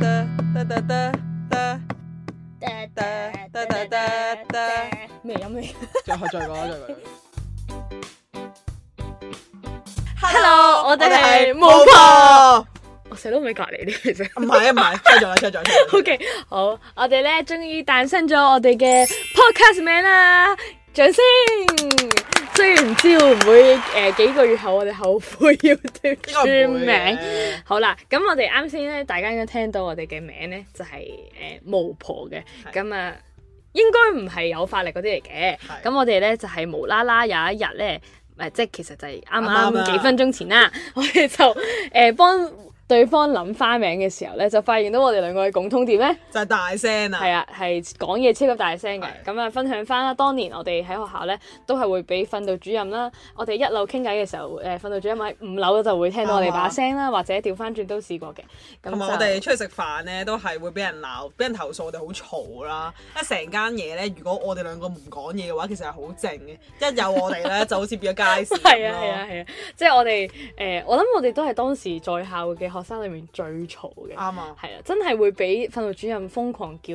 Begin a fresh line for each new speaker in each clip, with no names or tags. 得得得得，
噠
噠噠噠噠噠
咩音嚟
再再再講，再講。
？Hello，我哋係
巫
巫婆。
婆，
我成日都唔喺隔離啲，其實。
唔係啊，唔係，出咗啦，出咗啦，出
O
咗啦。
K，好，我哋咧終於誕生咗我哋嘅 podcast 名啦，掌聲！雖然唔知會唔會誒、呃、幾個月後我哋後悔要脫
應該唔會
書名。
嘅
好啦，咁我哋啱先咧，大家應該聽到我哋嘅名咧就係、誒、巫婆嘅，
係
咁啊應該唔係有法力嗰啲嚟嘅，
係
咁我哋咧就係、無啦啦有一日咧，誒即係其實就係啱
啱啱啊啦
啱幾分鐘前啦， 我哋就誒幫、對方諗花名嘅時候咧，就發現到我哋兩個嘅共通點咧，
就係大聲
係
啊！
啊係講嘢超級大聲嘅，
係
咁啊分享翻啦，當年我哋喺學校咧都係會俾訓導主任啦，我哋一路傾偈嘅時候，誒、訓導主任喺五樓就會聽到我哋把聲啦，或者調翻轉都試過嘅，咁
啊同埋
就
我哋出去食飯咧，都係會俾人鬧，俾人投訴我哋好嘈啦。一成間嘢咧，如果我哋兩個唔講嘢嘅話，其實係好靜嘅。一有我 哋咧，就好似變咗街 市
係
咁
啊係啊
咯。
係啊，即係我哋誒、呃我諗我哋都係當時在校嘅學生裏面最嘈嘅，
啱啊！
係啊，真係會俾訓導主任瘋狂叫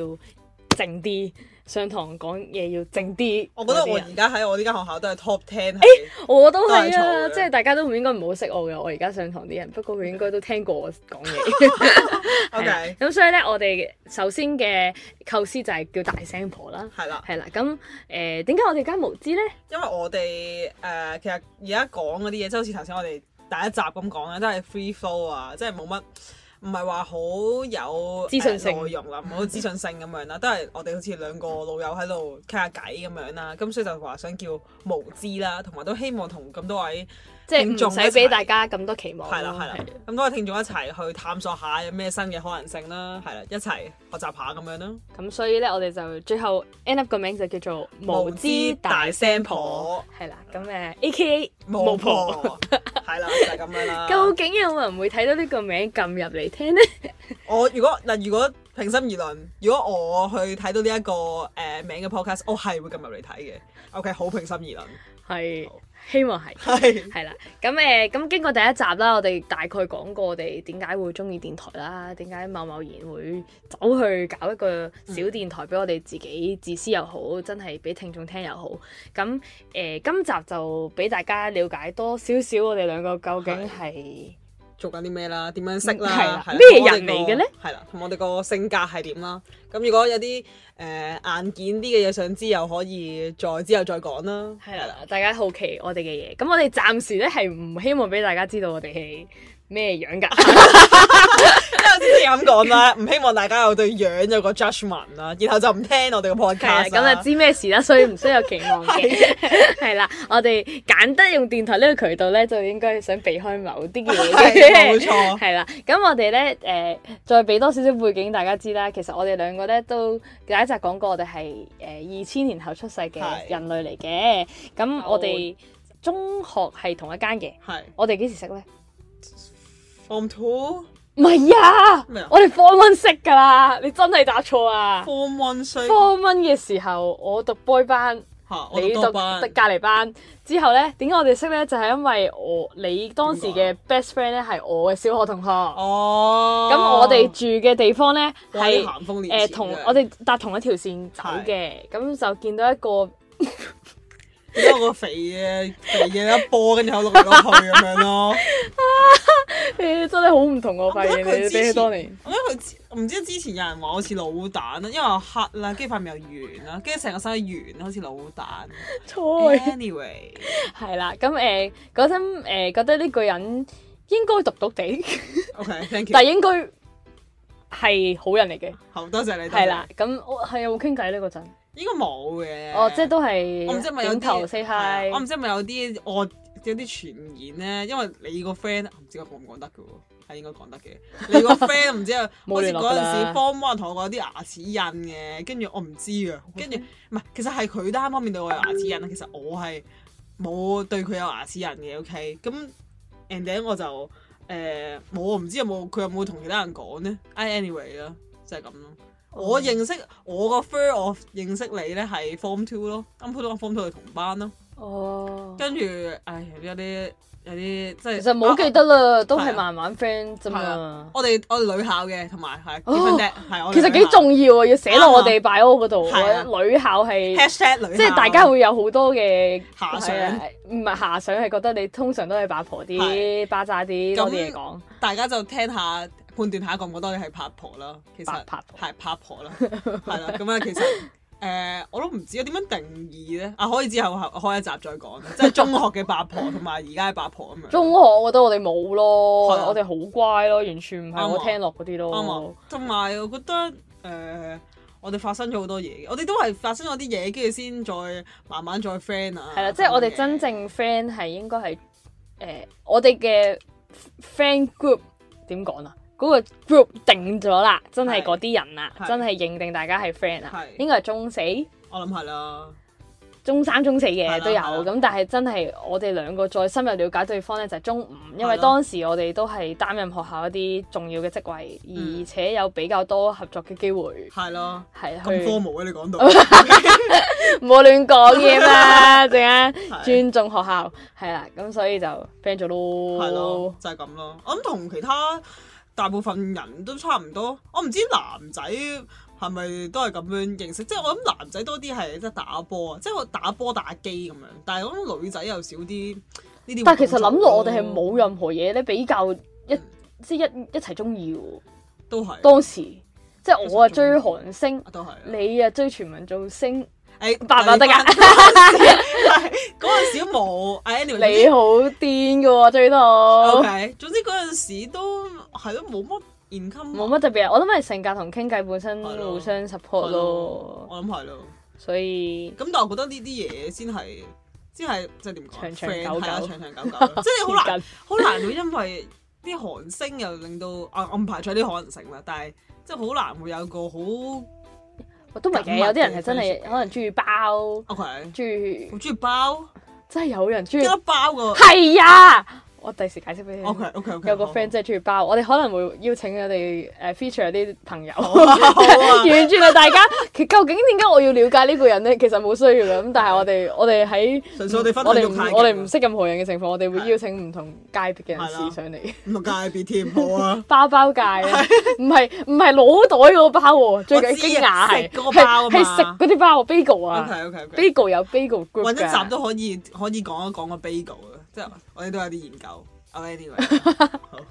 靜啲，上堂講嘢要靜啲。
我覺得
嗰啲啊
我
人
而家喺我呢間學校都係 top ten，啊
我都係
都係
啊，
嘈嘅
即係大家都唔應該唔好識我嘅。我而家上堂啲人，不過佢應該都聽過我講嘢。
O
係啊
K，
咁所以咧，我哋首先嘅構思就係叫大聲婆啦。
係啦。
係啦，咁誒點解我哋而家無知咧？
因為我哋誒、呃其實而家講嗰啲嘢，即係好似頭先我哋第一集咁講咧，都係 free flow 啊，即係冇乜唔係話好有
資訊性
呃內容啦，冇好資訊性咁樣啦，都係我哋好似兩個老友喺度傾下偈咁樣啦，咁所以就話想叫無知啦，同埋都希望同咁多位
即係
聽
唔
眾一
使
齊
俾大家咁多期望咯。
係啦係啦
係啊，
咁多位聽眾一齊去探索下有咩新嘅可能性啦，係啦，一齊學習下咁樣啦，
咁所以咧，我哋就最後 end up 個名就叫做無知大聲婆。係啦，咁誒 A K A
巫婆啊係啦，就係、咁樣啦。
究竟有冇人會睇到呢個名撳入嚟聽呢？
我如果嗱，如果平心而論，如果我去睇到呢、一個誒、呃名嘅 podcast，我係會撳入嚟睇嘅。OK，好平心而論，
係希望係。
係
係啦，咁誒，咁、經過第一集啦，我哋大概講過我哋點解會中意電台啦，點解貿貿然會走去搞一個小電台俾我哋自己自私又好，真係俾聽眾聽又好。咁誒、今集就俾大家了解多少少我哋兩個究竟係
做緊啲咩啦，點樣識
係
啦
啦，
係啦
嗯咩人嚟嘅呢？
同我哋個係啦，同我哋個性格係點啦。咁如果有啲誒、呃硬件啲嘅嘢想知，又可以再之後再講啦。
係啦，大家好奇我哋嘅嘢。咁我哋暫時咧係唔希望俾大家知道我哋係咩樣㗎。
因為好似你咁講啦，唔希望大家有對樣有個 judgment 啦，然後就唔聽我哋
係
嘅
啊，
podcast 啦
咁就知咩事啦，所以唔需要有期望嘅。 係啦，我哋簡單用電台呢個渠道咧，就應該想避開某啲嘅嘢。
係冇 錯
係啦，咁我哋咧誒，再俾多少少背景大家知啦。其實我哋兩個咧都第一集講過，我哋係誒二千年後出世嘅
係
人類嚟嘅。咁我哋中學係同一間嘅。
係
我哋幾時識咧？
form two
唔係啊
咩啊，
我哋 form one 識㗎啦，你真係答錯啊
form one 雖
！form one 嘅時候，我讀 boy 班。
嚇，我
你
讀
讀得
多班
隔離班之後咧，點解我哋識咧？就係、因為我你當時嘅 best friend 咧係我嘅小學同學，咁、
啊哦，
我哋住嘅地方咧
係
係
咸豐年
誒同我哋搭同一條線走嘅，咁就見到一 個
因為個肥嘅肥嘅一波，跟住喺度落嚟落去咁樣咯。
誒真係好唔同我發現
我覺得佢
你
之前
比起當年
我覺得佢之唔知之前有人話我似老蛋啊啦，因為我黑啦，跟住塊面又圓啦，跟住成個身都圓，好似老蛋。
錯
Anyway，
係啦，咁誒嗰陣誒覺得呢個人應該毒毒 地，
OK，thank you，
但係應該係好人嚟嘅，
好多謝你。多謝
係啦，咁我係有冇傾偈咧嗰陣？
你，應該冇嘅。
哦，即係都係
我唔知係咪有
點頭 say
啲係
hi，
啊我唔知係咪有啲我有啲傳言咧，因為你個 friend 唔知我講唔講得嘅喎，係應該講得嘅。 你個 friend 唔知啊，好
冇
似
聯絡
嗰
㗎啦
陣時 form one 同我講有啲牙齒印嘅，跟住我唔知啊，跟住唔係，其實係佢單方面對我有牙齒印，其實我係冇對佢有牙齒印嘅。OK，咁 and then 我就誒冇、我唔知有冇佢有冇同其他人講咧。I anyway 啦，就係咁咯。
哦
我認識我個 fur，我認識你咧係 form two 咯，啱 form two 我 form two 係同班咯，
哦，
跟住唉有啲有啲即係
其實冇記
啊
得啦，都係
係啊
慢慢 friend 啫
係
嘛。
我哋我哋女校嘅，同埋係
哦
結婚啫，係我哋
其實
女
幾
校
重要啊，要寫落我哋 bio 嗰度。
係啊
女校係
hashtag 女
即係
校
大家會有好多嘅
遐想
係啊唔係遐想係覺得你通常都係八婆啲、巴渣啲
咁嗯
多啲嘢講。
大家就聽下判斷下覺唔覺得你係八婆啦。其實
八八婆
係八婆 啦，係啦。咁啊，其實誒、呃我都唔知啊點樣定義咧。啊，可以之後開一集再講，即係中學嘅八婆同埋而家嘅八婆咁樣。
中學我覺得我哋冇咯，
係啊
我哋好乖咯，完全唔係我
啱啊
聽落嗰啲
啱
咯
啊。，同埋我覺得誒、呃我哋發生咗好多嘢嘅，我哋都係發生咗啲嘢，跟住先再慢慢再 friend 啊。
係啦，即係我哋
咁樣嘅
真正 friend 係應該係誒我哋嘅 friend group 點講啊？嗰個 group 定咗啦，真係
係
嗰啲人啦，
係
真係認定大家係 friend 啊
係，
應該係中四、
我諗係啦，
中三、中四嘅
係啦
都有，
係啦
咁但係真係我哋兩個再深入了解對方咧，就係中五，因為
係咯
當時我哋都係擔任學校一啲重要嘅職位，
嗯
而且有比較多合作嘅機會，
係咯，
係
咁
去
科目嘅啊你 講到，
唔好亂講嘢 嘛，陣間
係
尊重學校係啦，咁所以就 friend 咗
係咯
咯，，
就係咁咯。我諗同其他大部分人都差唔多，我唔知男仔係咪都係咁樣認識，即係我諗男仔多啲係即係打波啊，即係我打波打機咁樣，但係我諗女仔又少啲呢啲活動做咯。
但係其實諗落我哋係冇任何嘢咧比較一即係一一齊中意喎。
都係，
當時即係我啊追韓星，
都係啊。
你啊追全民造 星，
誒
白白得㗎
嗰陣時冇，誒
你
anyway
好癲㗎喎，追 到
總之 OK，總之嗰陣時都係咯，冇乜 income，啊
冇乜特別，啊我諗係性格同傾偈本身
係咯
互相 support 咯，
我諗係咯。
所以
咁但係我覺得呢啲嘢先係，先係即係點講
長長
friend，
久久
係啊長長久久 咯，即係你好難
貼
好難會因為啲韓星又令到啊，我唔排除呢個可能性啦，但係即係好難會有個好
近都唔係嘅，
緊密
有啲人係
嘅
真係
friendship
可能中意包，
OK，
中意
好中意包，
真係有人中意
點。解包 個
係啊，我第時解釋俾你聽。
OK OK OK
有個 friend 真係中意包，我哋可能會邀請我哋誒 feature 啲朋友，
好啊
完全係大家。其究竟點解我要了解呢個 人咧？其實冇需要嘅，咁但係我哋我哋喺
純粹我哋分享
我哋
到
唔
太勁
我哋唔識任何人嘅情況，我哋會
係
邀請唔同界別嘅人
係啦
士上嚟，
唔同界別添，好 啊。
包包界啊，唔係唔係攞袋嗰個包喎，最
我知啊
驚訝係
食嗰個包啊嘛
係食嗰啲包 bagel 啊
OK OK OK。
，bagel 有 bagel group
揾一集
㗎，
都可以可以講一講個 bagel 啊，即係我哋都有啲研究。o anyway，好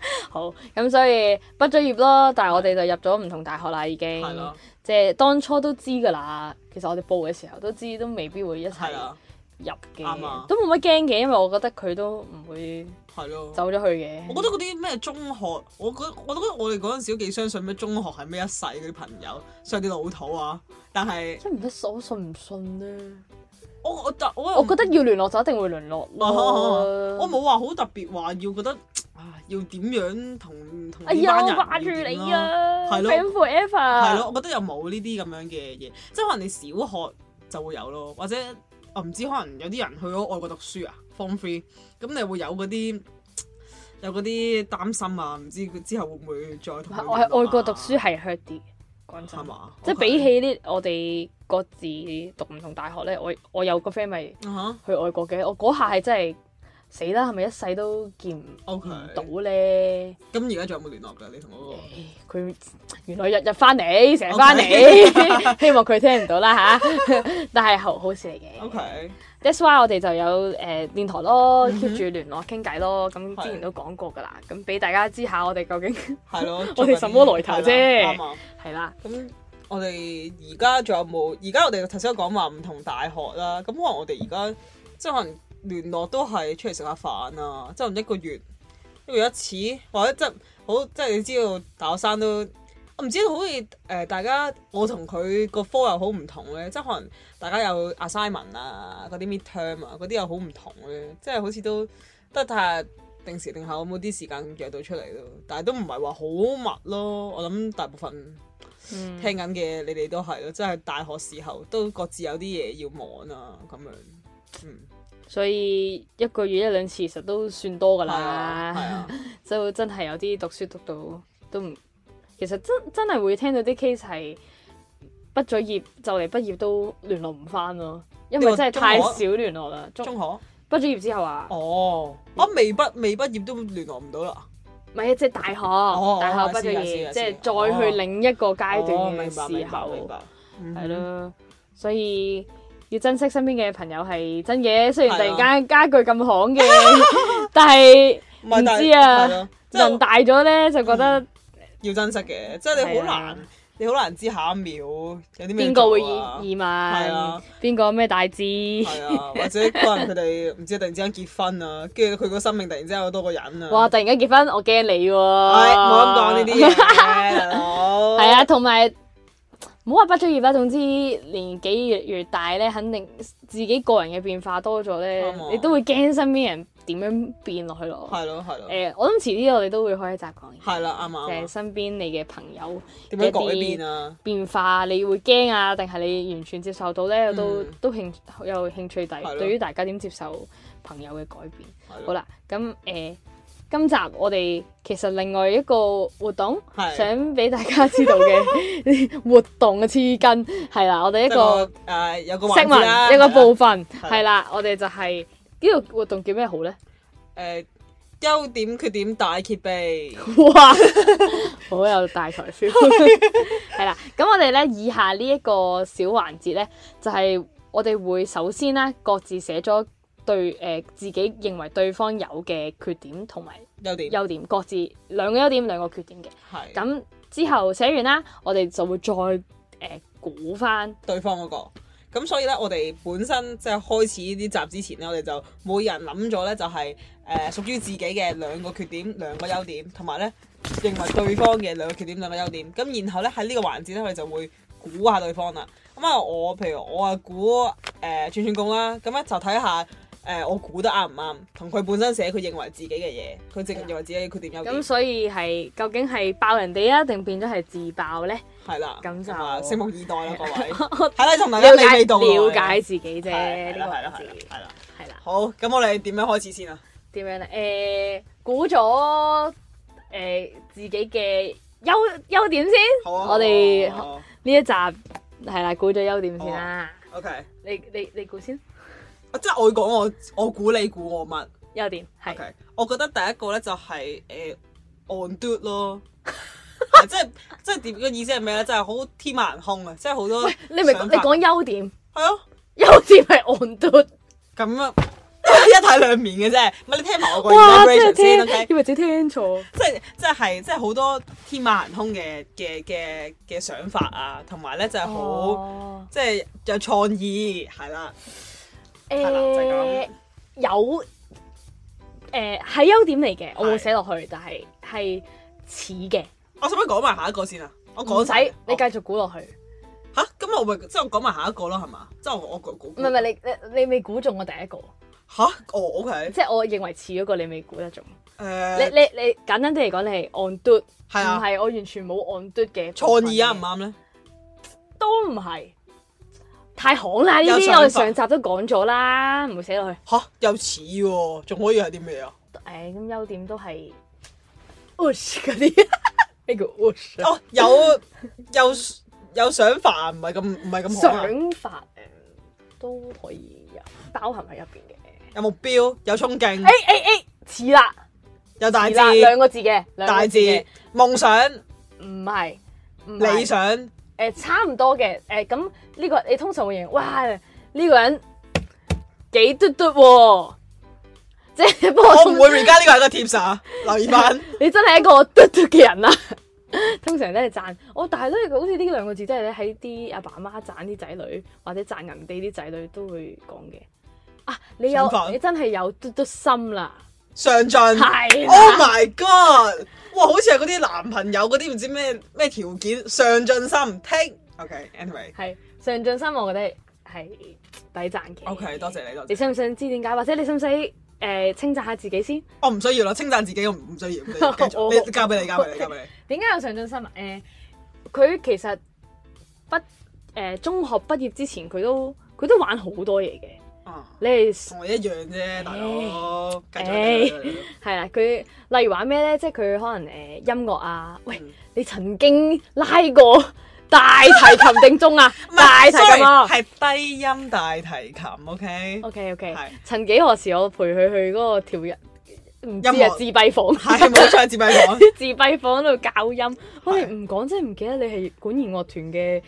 好咁所以畢咗業咯，但係我哋就入咗唔同大學啦，已經。
係咯，
即係當初都知㗎啦。其實我哋報嘅時候都知，都未必會一齊
係啦，
入
啱啊
嘅，都冇乜驚嘅，因為我覺得佢都唔會
係咯。
走咗去嘅。
我覺得嗰啲咩中學，我覺我覺得我哋嗰陣時都幾相信咩中學係咩一世嗰啲朋友，上啲老土啊。但係
真唔得我信唔信呢？
我我就我又
我覺得要聯絡就一定會聯絡
啊啊啊
咯。
我冇話好特別話要覺得啊要點樣同同
哎
呢
呀，
班
我
人
掛住你啊
係咯
，friend
係咯，
forever。
我覺得又冇呢啲咁樣嘅嘢，即係可能你小學就會有咯，或者我唔知可能有啲人去咗外國讀書啊，form three，咁你會有嗰啲有嗰啲擔心啊，唔知佢之後會唔會再同佢
我
聯絡
喺
啊
外國讀書係 hurt 啲嘅，講
係
真。
嘛？
即係
OK
比起呢，我哋各自讀唔同大學咧，我我有個 friend 咪。
啊哈
去外國嘅，我嗰下係真係死啦，係咪一世都見唔
OK
唔到咧？
咁而家仲有冇聯絡㗎？你同嗰個
唉佢原來日日翻嚟，成日翻 嚟，希望佢聽唔到啦吓，但係好好事嚟嘅。
OK
That's why 我哋就有誒、呃、電台咯，keep 住聯絡傾偈咯。咁之前
嗯係嗯
都講過㗎啦，咁俾大家知下我哋究竟
係咯，
我哋什麼來頭啫
係啦啱啊
係啦。
咁我哋而家仲有冇？而家我哋頭先講話唔同大學啦，咁可能我哋而家即係可能聯絡都係出嚟食下飯啊，即係可能一個月一個月一次，或者即係好即係你知道大學生都。我唔知好似誒、呃大家我同佢個科又好唔同咧，即係可能大家有 assignment 啊，嗰啲 midterm 啊，嗰啲又好唔同咧，即係好似都得睇下定時定候有冇啲時間約到出嚟咯，但係都唔係話好密咯。我諗大部分
嗯
聽緊嘅你哋都係咯，即係大學時候都各自有啲嘢要忙啊，咁樣，嗯，
所以一個月一兩次其實都算多㗎
係啊，係
啦
啊。，
就真係有啲讀書讀到都唔，其實真真係會聽到啲 case 係畢咗業就嚟畢業都聯絡唔翻咯，因為真係太少聯絡啦。中
中學
畢咗業之後啊，
哦，我未畢未畢業都聯絡唔到啦。
唔係啊，即係大學，
哦
大學
我
畢
知
咗
我知
業，
我知
即係
哦
再去另一個階
哦
段嘅
明白明
時
白明
候，
白，嗯
係
係
咯、，所以要珍惜身邊嘅朋友係真嘅。雖然突
係啊
然間家具咁行嘅，但係
唔係
唔
但係
知啊
係咯即
人
係
大咗咧就覺得
要珍惜嘅，即係你好
係啊
難，你好難知下一秒有啲咩
邊個會
做啊
移移民，
啊
邊個咩大志，
係啊，或者可能佢哋唔知突然之間結婚啊，跟住佢個生命突然之間有多個人啊。
哇！突然間結婚，我驚你喎、
唉，冇咁講呢 啲嘢，大佬。
係啊，，同埋唔好話畢咗業啦，總之年紀越越大咧，肯定自己個人嘅變化多咗咧
啱啊，
你都會驚身邊人點樣變落去咯。
係咯係咯，
誒，我諗遲啲我哋都會開一集講嘢，
係啦啱
就係
啊，
身邊你嘅朋友
點樣講一邊啊？
變化，你會驚啊，定係你完全接受到咧？都
嗯
都興有興趣大
係咯
對於大家點接受朋友嘅改變。
係啊咯
好啦，咁誒、呃今集我哋其實另外一個活動
係，
想俾大家知道 嘅活動嘅黐筋係啦，我哋一
一
個
個誒啊有個環
飾
節啦
文一個部分
啦
係啦，我哋就係、呢、個活動叫咩好咧？
誒優點缺點大揭秘，
哇， 好有大台 feel，係啦。咁我哋咧以下呢一個小環節咧，就係、我哋會首先咧各自寫咗對誒、呃自己認為對方有嘅缺點同埋
優點
優點，各自兩個優點兩個缺點嘅。
係
咁之後寫完啦，我哋就會再誒、呃估翻
對方嗰、個。咁所以咧，我哋本身即係開始呢啲集之前咧，我哋就每人諗咗咧，就係、誒屬於自己嘅兩個缺點、兩個優點，同埋咧認為對方嘅兩個缺點、兩個優點。咁然後咧喺呢個環節咧，我哋就會估下對方啦。咁啊，我譬如我啊估誒串串工啦，咁啊咧就睇下誒、我估得啱唔啱，同佢本身寫佢認為自己嘅嘢，佢淨認為自己嘅缺點優
咁，
點
所以係究竟係爆人哋啊，定變咗係自爆咧？
係啦，
咁就
啊拭目以待啦，各位。係啦，同大 家
了
娓
解
娓道來
了解自己啫，
係
呢
啦
個
係啦
字
係啦係啦。
係啦。
好，咁我哋點樣開始先啊？
點樣咧？誒、估咗誒自己嘅優優點先。
好啊，
我哋
好啊
呢一集係啦，估咗優點先啦。
好啊 OK，
你你你估先
啊即係我講我我估你估我乜
優點係
？OK，我覺得第一個咧就係誒 on do 咯。啊係即係即係點個意思係咩咧？就係好天馬行空啊！即係好多
你咪
想
你
法
講優點，
係啊，
優點係 on do。
咁啊 一體兩面嘅啫。唔係你聽埋我個
哇！真
elaboration 先
係聽
，OK，
以為自己聽錯。
即係即係即係好多天馬行空嘅嘅嘅嘅想法啊，同埋咧就係好
哦
即係有創意係啦。係啦就係咁
誒有誒係優點嚟嘅，我
係
冇寫落去，但係係似嘅。
我使唔使講埋下一個先啊？我
唔
講
使
晒，
你繼
哦
續估落去。
吓咁我咪即係我講埋下一個咯，係嘛？即係我我估估
唔係唔係，你你你未估中我第一個。
吓哦 OK
即係我認為似嗰個你未估得中。你
誒
你你簡單啲嚟講，你係 on do，唔
係啊
係我完全冇 on do 嘅
創意啱啊唔
部分嘅？
啱咧？
都唔係，太行啦！呢
有想
啲
法
我哋上集都講咗啦，唔會寫落去。
吓又似喎，仲可以係啲咩 啊？
誒咁優點都係 ush 嗰啲， 呢個 ush 啊
哦有有有想法，唔係咁唔
哦
係咁好啊
想法誒都可以有包含喺入邊嘅。
有目標，有衝
誒誒
勁，
誒，似啦，
有大
似
志，
啦，兩個字嘅，兩
大
個字
志
嘅，
夢想、
唔係唔係
理想，
誒、差唔多嘅，誒咁呢個你通常會認為，哇呢、個人幾嘟嘟喎，即係不過
我唔
通
會 regard 呢個係一個 tips 啊，留意 翻。
你真係一個嘟嘟嘅人啦、啊 通常都係讚，我、但係咧好似呢兩個字，真係咧喺啲阿爸阿媽讚啲仔女，或者讚人哋啲仔女都會講嘅。啊，你有
想法
你真係有嘟嘟心啦，
上進。
係啦
Oh my god！哇，好似係嗰啲男朋友嗰啲唔知咩咩條件，上進心剔。OK，anyway，OK，、
係上進心，我覺得係抵讚嘅。
OK，多謝你，多
你
謝。
想唔想知點解？或者你想唔想誒稱讚下自己先？
我唔需要啦，稱讚自己我唔唔需要。你繼
我
續，你交俾你，交俾你，交俾你。
點解有上進心啊？誒、佢其實畢誒、中學畢業之前，佢都佢都玩好多嘢嘅。
啊，
你係
同我一樣啫，大佬。繼
唉
續，繼續繼續
係啦，佢例如玩咩咧？即係佢可能誒、音樂啊，喂
嗯，
你曾經拉過大提琴定中啊？大提琴啊
係低音大提琴，OK，
！OK OK，
係
曾幾何時我陪佢去嗰個跳日唔知
音
啊
樂
自閉房
係，冇錯，接閉講，
自閉房喺度教音。我哋唔講真係唔記得你係管弦樂團嘅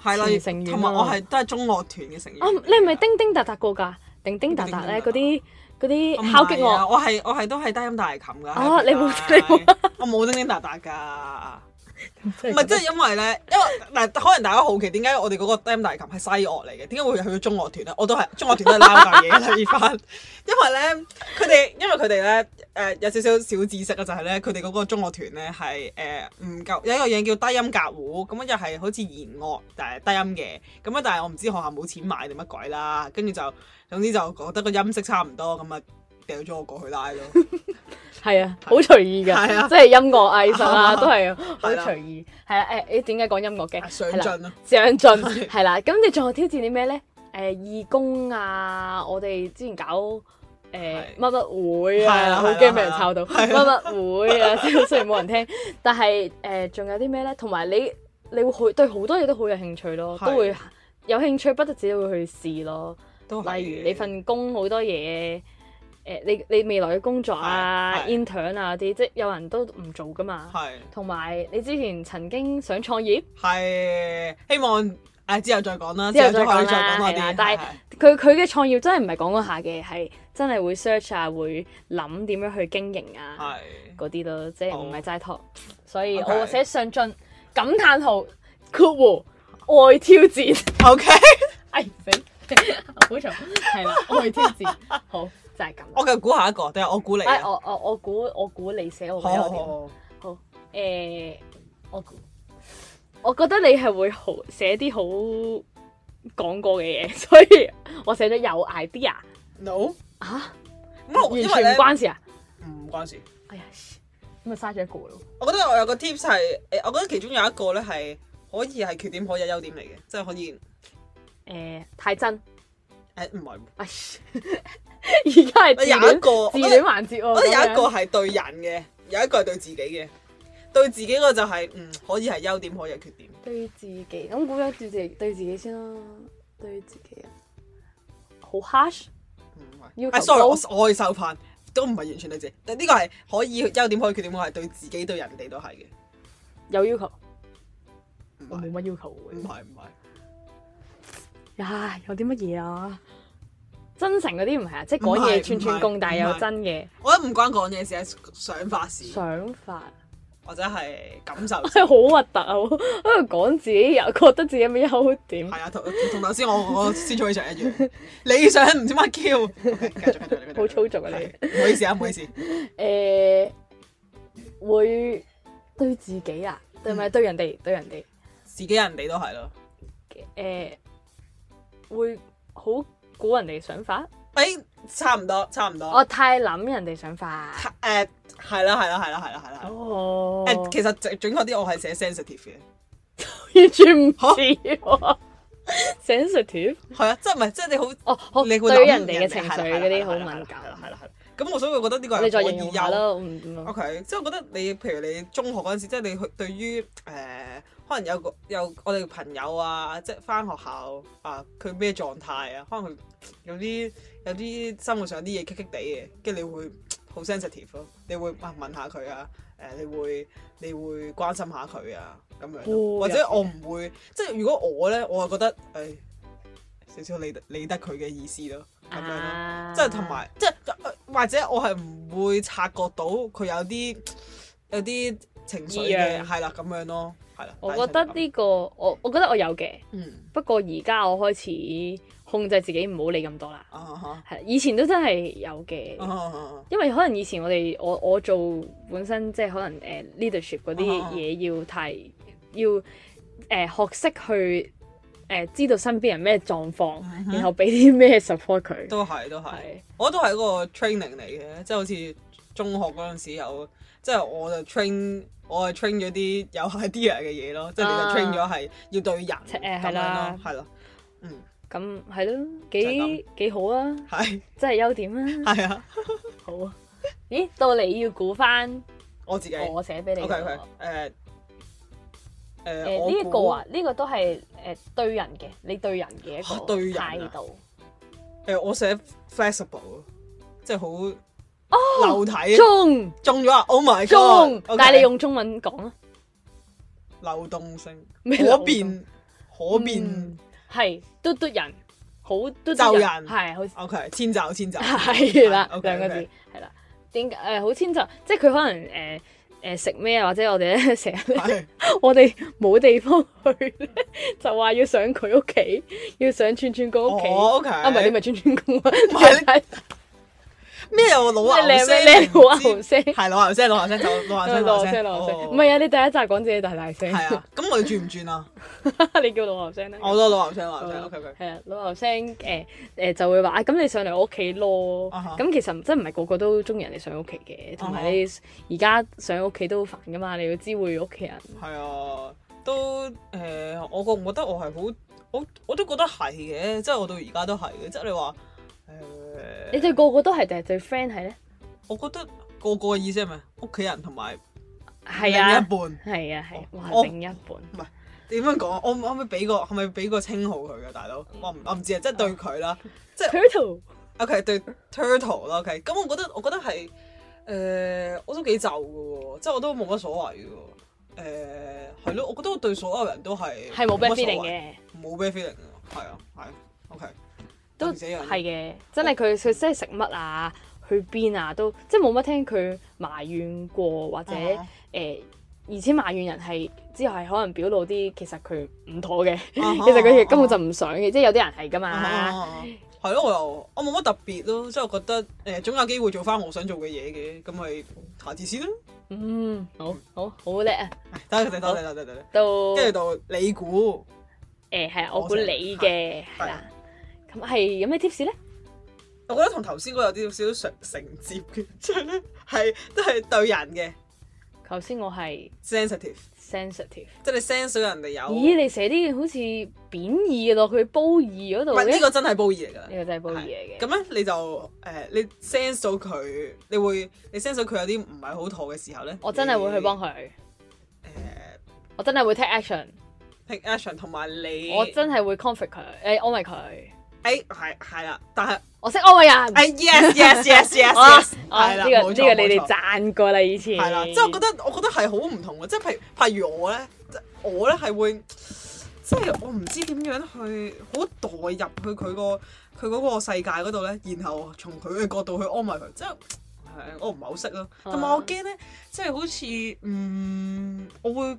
前
係
成員
啦，
啊
同埋我係都係中樂團嘅成員。
啊！你係咪叮叮嗒嗒過㗎？叮叮嗒嗒咧嗰啲嗰
我
啲
唔
敲擊
係啊
樂，
我係我係都係低音大提琴㗎。
哦
係
你冇
係
你冇
我冇叮叮嗒嗒㗎。唔係，即係因為咧，因為嗱，可能大家好奇點解我哋嗰個 d a m 大提琴係西樂嚟嘅，點解會去咗中樂團咧？我都係中樂團都係撈嚿嘢啦，依番。 因為咧，佢哋因為佢哋咧，誒、有少少小知識啊，就係咧，佢哋嗰個中樂團咧係誒唔夠有一個嘢叫低音夾胡，咁又係好似弦樂，但係低音嘅，咁啊，但係我唔知學校冇錢買定乜鬼啦，跟住就總之就覺得個音色差唔多，咁啊掉咗我過去 拉咯。
係啊，好隨意
係
㗎，
啊
即係音樂藝術啊，
啱啊
都係好
係啦
隨意。係啊，誒誒點解講音樂嘅？
上
係啦
進啊，
上 進係啦。咁你仲有挑戰啲咩咧？誒義工啊，我哋之前搞誒乜
係
乜會
係
啊，
啦
好
係啦
驚俾人抄到乜
係啦
乜會啊， 雖然冇人聽，但係誒仲有啲咩咧？同埋你你會好對好多嘢都好有興趣咯，
係
都會有興趣，不得止會去試咯。
都係
哦例如
嘅
你份工好多嘢。誒，你你未來嘅工作啊、
係
intern 啊啲，即係有人都唔做噶嘛。
係。
同埋你之前曾經想創業，
係希望誒之後再講啦，
之後
後可
再講啦
以再講多
係啦
啲。
但係佢佢嘅創業真係唔係講嗰下嘅，係真係會 search 啊，會諗點樣去經營啊
係
嗰啲咯，即係
好
唔係齋托。所以
OK
我寫上進感嘆號括弧外挑戰，
係 OK，
哎死， 好嘈，係啦，外挑戰，好就係咁。
我繼續估下一個，定係我估你啊？
哎，我我我估我估你寫我
好
俾我
好
點？
好，
好誒，我估我覺得你係會好寫啲好講過嘅嘢， 所以我寫咗有 idea。
no
啊，
咁我
完
因
全
為
唔
咧
關事啊！
唔關事。
哎呀，咁咪嘥咗一個咯。
我覺得我有個 tips 係誒，我覺得其中有一個咧係可以係缺點可以係優點嚟嘅，即係可以
誒、太真，
誒唔係。
哎 而家係
我
自
有一
戀
個，我
自
覺
戀
得
環節喎。
我覺得有一個
咁樣
係對人嘅，有一個係對自己嘅。對自己嗰個就係嗯可以係優點，可以係缺點。
對自己，咁估咗對自己對自己先啦，對自己啊，好 harsh。
唔
要
係，
求
哎，sorry，
高
我我係受犯，都唔係完全對自己，但呢個係可以優點可以缺點，我係對自己對人哋都係嘅，
有要求，
唔
我冇
係
乜要求
唔
嘅。
係唔係，
呀，有啲乜嘢啊？真誠嗰啲唔係啊，即係
唔
講
係
嘢串串
唔
共，
係
但係
唔
有
係
真嘅
我覺得唔關講嘢事，係想法事
想法，
或者係感受 事，
真係好核突啊！喺度講自己又覺得自己有咩優點
係，啊，同同頭先我我 situation 一樣， 理想唔知 乜 Q，OK，繼續繼續繼續繼續
好粗俗啊你
係唔好意思啊，唔好意思，
誒、會對自己啊，對
嗯
咪對人哋對人哋
自己人哋都係咯，
誒、會好估人哋想法，
誒差唔多差唔
我
多，
太諗人哋想法。
誒係啦係啦係啦係啦係啦，
哦，
誒其實準準確啲我係寫 sensitive 嘅。
完全唔似喎 sensitive。
係啊，即係唔係即係你好
哦，好
你會
對
諗
人哋嘅情緒
係啦
嗰啲好
係啦
敏
係啦
感。
係啦係啦。咁我所以會覺得呢個 係
你再
可以啊哦
形容下
有。
啦，我唔
O K，即係我覺得你譬如你中學嗰陣時，即係你去對於誒、呃可能有個有我哋朋友啊，即係翻學校啊，佢咩狀態啊？可能佢有啲有啲生活上啲嘢棘棘地嘅，跟住你會好 sensitive 咯，你會啊問下佢啊，誒、你會你會關心下佢啊咁樣
哦
咯，或者我唔會，即係如果我咧，我係覺得誒、唉少少理得理得佢嘅意思咯，咁樣咯。
啊
即係同埋即係呃或者我係唔會察覺到佢有啲有啲情緒
異樣
嘅，係啦咁樣咯，係啦。
我覺得
大致係咁，
呢個我我覺得我有嘅，
嗯
不過而家我開始控制自己唔好理咁多啦。
啊哈
係以前都真係有嘅，
啊哈
因為可能以前我哋我我做本身即係可能誒、呃 leadership 嗰啲
啊
嘢要太要誒、呃、學識去誒、呃知道身邊人咩狀況，
嗯哼
然後俾啲咩 support 佢。
都係都係，
係
我都係一個 training 嚟嘅，即係好似中學嗰陣時有，即係我就 train 我係 train 咗啲有 idea 嘅嘢咯，即係
啊
你就 train 咗係要對人
誒係
咁樣
啦
咯，係咯，嗯
咁係咯，
就係
幾
咁
幾好啊，
係
真係優點啊，
係啊，
好啊。咦，到你要估翻
我自己。
我寫俾你
O K O
嗰個
K，誒誒
誒
我
呢一
估
個啊，呢個都係誒對人嘅，你對人嘅一
嚇
個
對人啊
態度。
誒我寫 flexible，即係好流體
哦中
中咗啊！Oh my god！
中，
OK
但係你用中文講啊，
流動性
咩
可
流動
變可變
嗯係嘟嘟人，好嘟
就
嘟人，
人
係好
OK，遷就遷 就
係啦，
OK，
兩個
OK
字係啦。點解誒好遷就？即係佢可能誒誒食咩啊，或者我哋咧成 日呢
係
我哋冇地方去咧，就話要上佢屋企，要上串串哥屋企。
哦，OK
啊，唔係你咪串串哥啊！唔
係咩有老牛
咩
聲？
咩咩老牛聲
係老牛聲，老牛聲就老 牛聲，
落
牛
聲
聲，
落聲，
哦
唔係啊！你第一集講自己大大聲，
係啊，咁我哋轉唔 轉啊？哦
你叫老牛聲啦。
我都老牛聲，老牛聲
好
OK OK。
係啊，老牛聲誒誒就會話啊，咁你上嚟我屋企咯。
啊哈
咁其實真唔係個個都中意人哋上屋企
Uh-huh
嘅，同埋你而家上屋企都好煩噶嘛，你要知會屋企人。
係啊，都誒、呃我覺覺得我係好，我我都覺得係嘅，即係我到而家都係嘅，即係你話誒，呃
你對個個都係定係對 friend 係咧？
我覺得個個嘅意思係咪屋企人同埋另一
係啊
半，點
係啊係，哇
我
另一半
樣講？我可唔可以俾個係咪俾個稱號佢嘅大佬？
嗯
我唔我唔知啊，即係對佢啦。
turtle
OK，對 turtle 啦，OK，咁我覺得我覺得係誒、呃我都幾就嘅喎，即係我都冇乜所謂嘅喎。誒係咯，我覺得我對所有人都係
係冇 bad
乜所
feeling
謂
嘅，
冇 bad feeling 嘅，係啊，係 OK，
都
唔死人
係嘅，真係佢佢真係食乜啊，去邊啊都即係冇乜聽佢埋怨過或者。
啊
誒、而且埋怨人係之後係可能表露啲其實佢唔妥嘅， 其
哈
實佢根本就唔想嘅，即係有啲人係噶
啊
嘛。
啊係咯，我又我冇乜特別咯，即係我覺得誒、總有機會做翻我想做嘅嘢嘅，咁咪下次先啦。
嗯，好好好叻啊！
唉等下等下等下等下等下，
到
跟住到你估
誒係啊我估你嘅係啦，咁係有咩 tips 咧？
我覺得同頭先嗰個有啲少少承承接嘅， 即係咧係都係對人嘅
頭先我係
sensitive，
sensitive，
即係你 sense 到人哋有，
咦？
唔
你寫啲好似貶義嘅落去褒義嗰度
係
嘅，
呢個真係褒義嚟㗎啦
呢。個真係褒義
係
嚟嘅。
咁咧你就誒、你 sense 到佢，你會你 sense 到佢有啲唔係好妥嘅時候咧，
我真係會去
你
幫佢，
誒
我真係會 take action，
take action，同埋你
我真係會 comfort 佢，誒安慰佢，
誒係係啦，但係
我識安慰人。
誒 yes yes yes yes
啊
yes
啊！嗯呢
哎係啦，
個
冇
呢
錯
個
冇
你哋
錯
讚過啦，以前
係啦，即係我覺得我覺得係好唔同嘅，即係譬如譬如我咧，即係我咧係會即係我唔知點樣去好代入去佢個佢嗰個世界嗰度咧，然後從佢嘅角度去安慰佢，即係。係我唔係好識咯，
嗯
同埋我驚咧，即係好似嗯，我會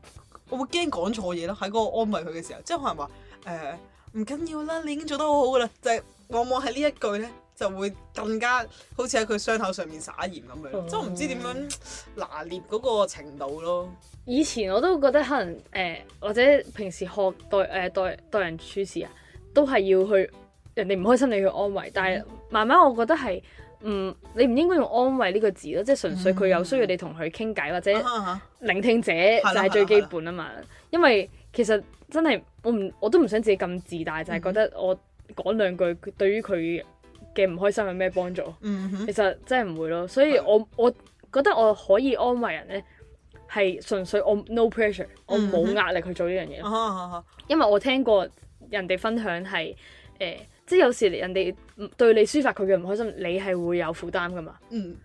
我會驚講錯嘢咯，喺嗰個安慰佢嘅時候，即係可能話誒唔緊要啦，你已經做得好好噶啦，就係、往往係呢一句咧就會更加好似喺佢傷口上面撒鹽咁樣，
哦
即係我唔知點樣拿捏嗰個程度咯。
以前我都覺得可能誒、呃或者平時學待誒、呃待待人處事啊，都係要去人哋唔開心你去安慰，但
嗯
係慢慢我覺得係唔你唔應該用安慰呢個字咯，即係純粹佢有
嗯
需要你同佢傾偈或者
啊哈哈
聆聽者
啦
就係最基本啊嘛，因為其實真係我唔我都唔想自己咁自大，就係、覺
嗯
得我講兩句對於佢嘅唔開心有咩幫助？
嗯哼
其實真係唔會咯，所以
係
我我覺得我可以安慰人咧，係純粹我 no pressure，我
嗯
冇壓力去做呢樣嘢
啊
咯，
哈哈哈
因為我聽過人哋分享係誒、呃即係有時人哋對你抒發佢嘅唔開心，你係會有負擔噶嘛，
嗯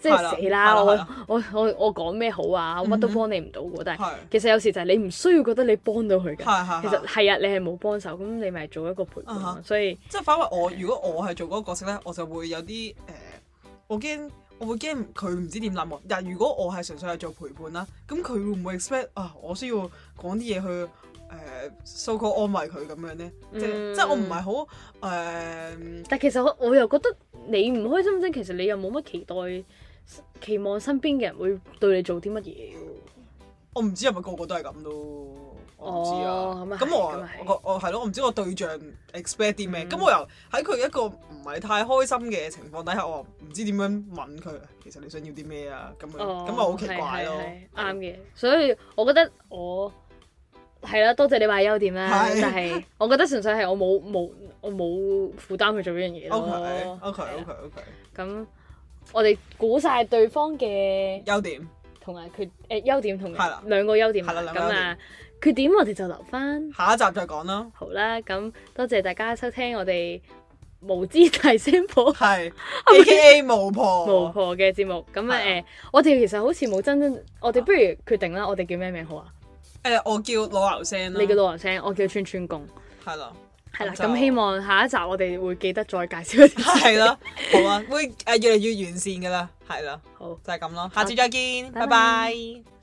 即係
係啦
死啦！
係
我
啦
我我我講咩好啊？我乜都
嗯哼
幫你唔到喎，但係
係
其實有時就係你唔需要覺得你幫到佢
係
嘅，
係
其實
係
係啊，你係冇幫手，咁你咪做一個陪伴
啊
咯
哈，
所以
即係反為我，如果我係做嗰個角色咧，我就會有啲誒、呃我驚我會驚佢唔知點諗我。但如果我係純粹係做陪伴啦，咁佢會唔會 expect 啊？我需要講啲嘢去誒 so call 安慰佢咁樣咧？即係
嗯
即係我唔係好呃誒
但其實我我又覺得你唔開心啫，其實你又冇乜期待期望身邊嘅人會對你做啲乜嘢喎。
我唔知係咪個個都係咁咯，我唔知啊
哦。咁啊係
咁我
咁啊係嗯
我我係咯，我唔知我對象 expect 啲咩，咁、我又喺佢一個唔係太開心嘅情況底下，我唔知點樣問佢，其實你想要啲咩啊？咁樣
哦
咁咪好奇怪咯
係係係。啱嘅，所以我覺得我係啦，多謝你話優點啦，
係
但係我覺得純粹係我冇冇我冇負擔去做呢樣嘢咯。
OK OK
哦係啊啦
OK OK，
咁我哋估晒對方嘅
優點
同埋佢誒優點同
係啦
兩個優點
係啦
啦
兩個
咁啊，缺點我哋就留翻
下一集再講啦。
好啦。咁多謝大家收聽我哋無知大聲婆
係 A K A 巫婆，
巫婆嘅節目。咁
哦係
啊
啊
誒，我哋其實好似冇真真，我哋不如決定啦，我哋叫咩名好啊？
誒我叫老牛聲啦，
你叫老人聲，我叫川川公。
係啦，
係啦，
嗯就
咁希望下一集我哋會記得再介紹 一啲。
係啦，好啊，會誒越嚟越完善噶啦，係啦，
好。
就係咁咯，下次再見，
拜拜
拜拜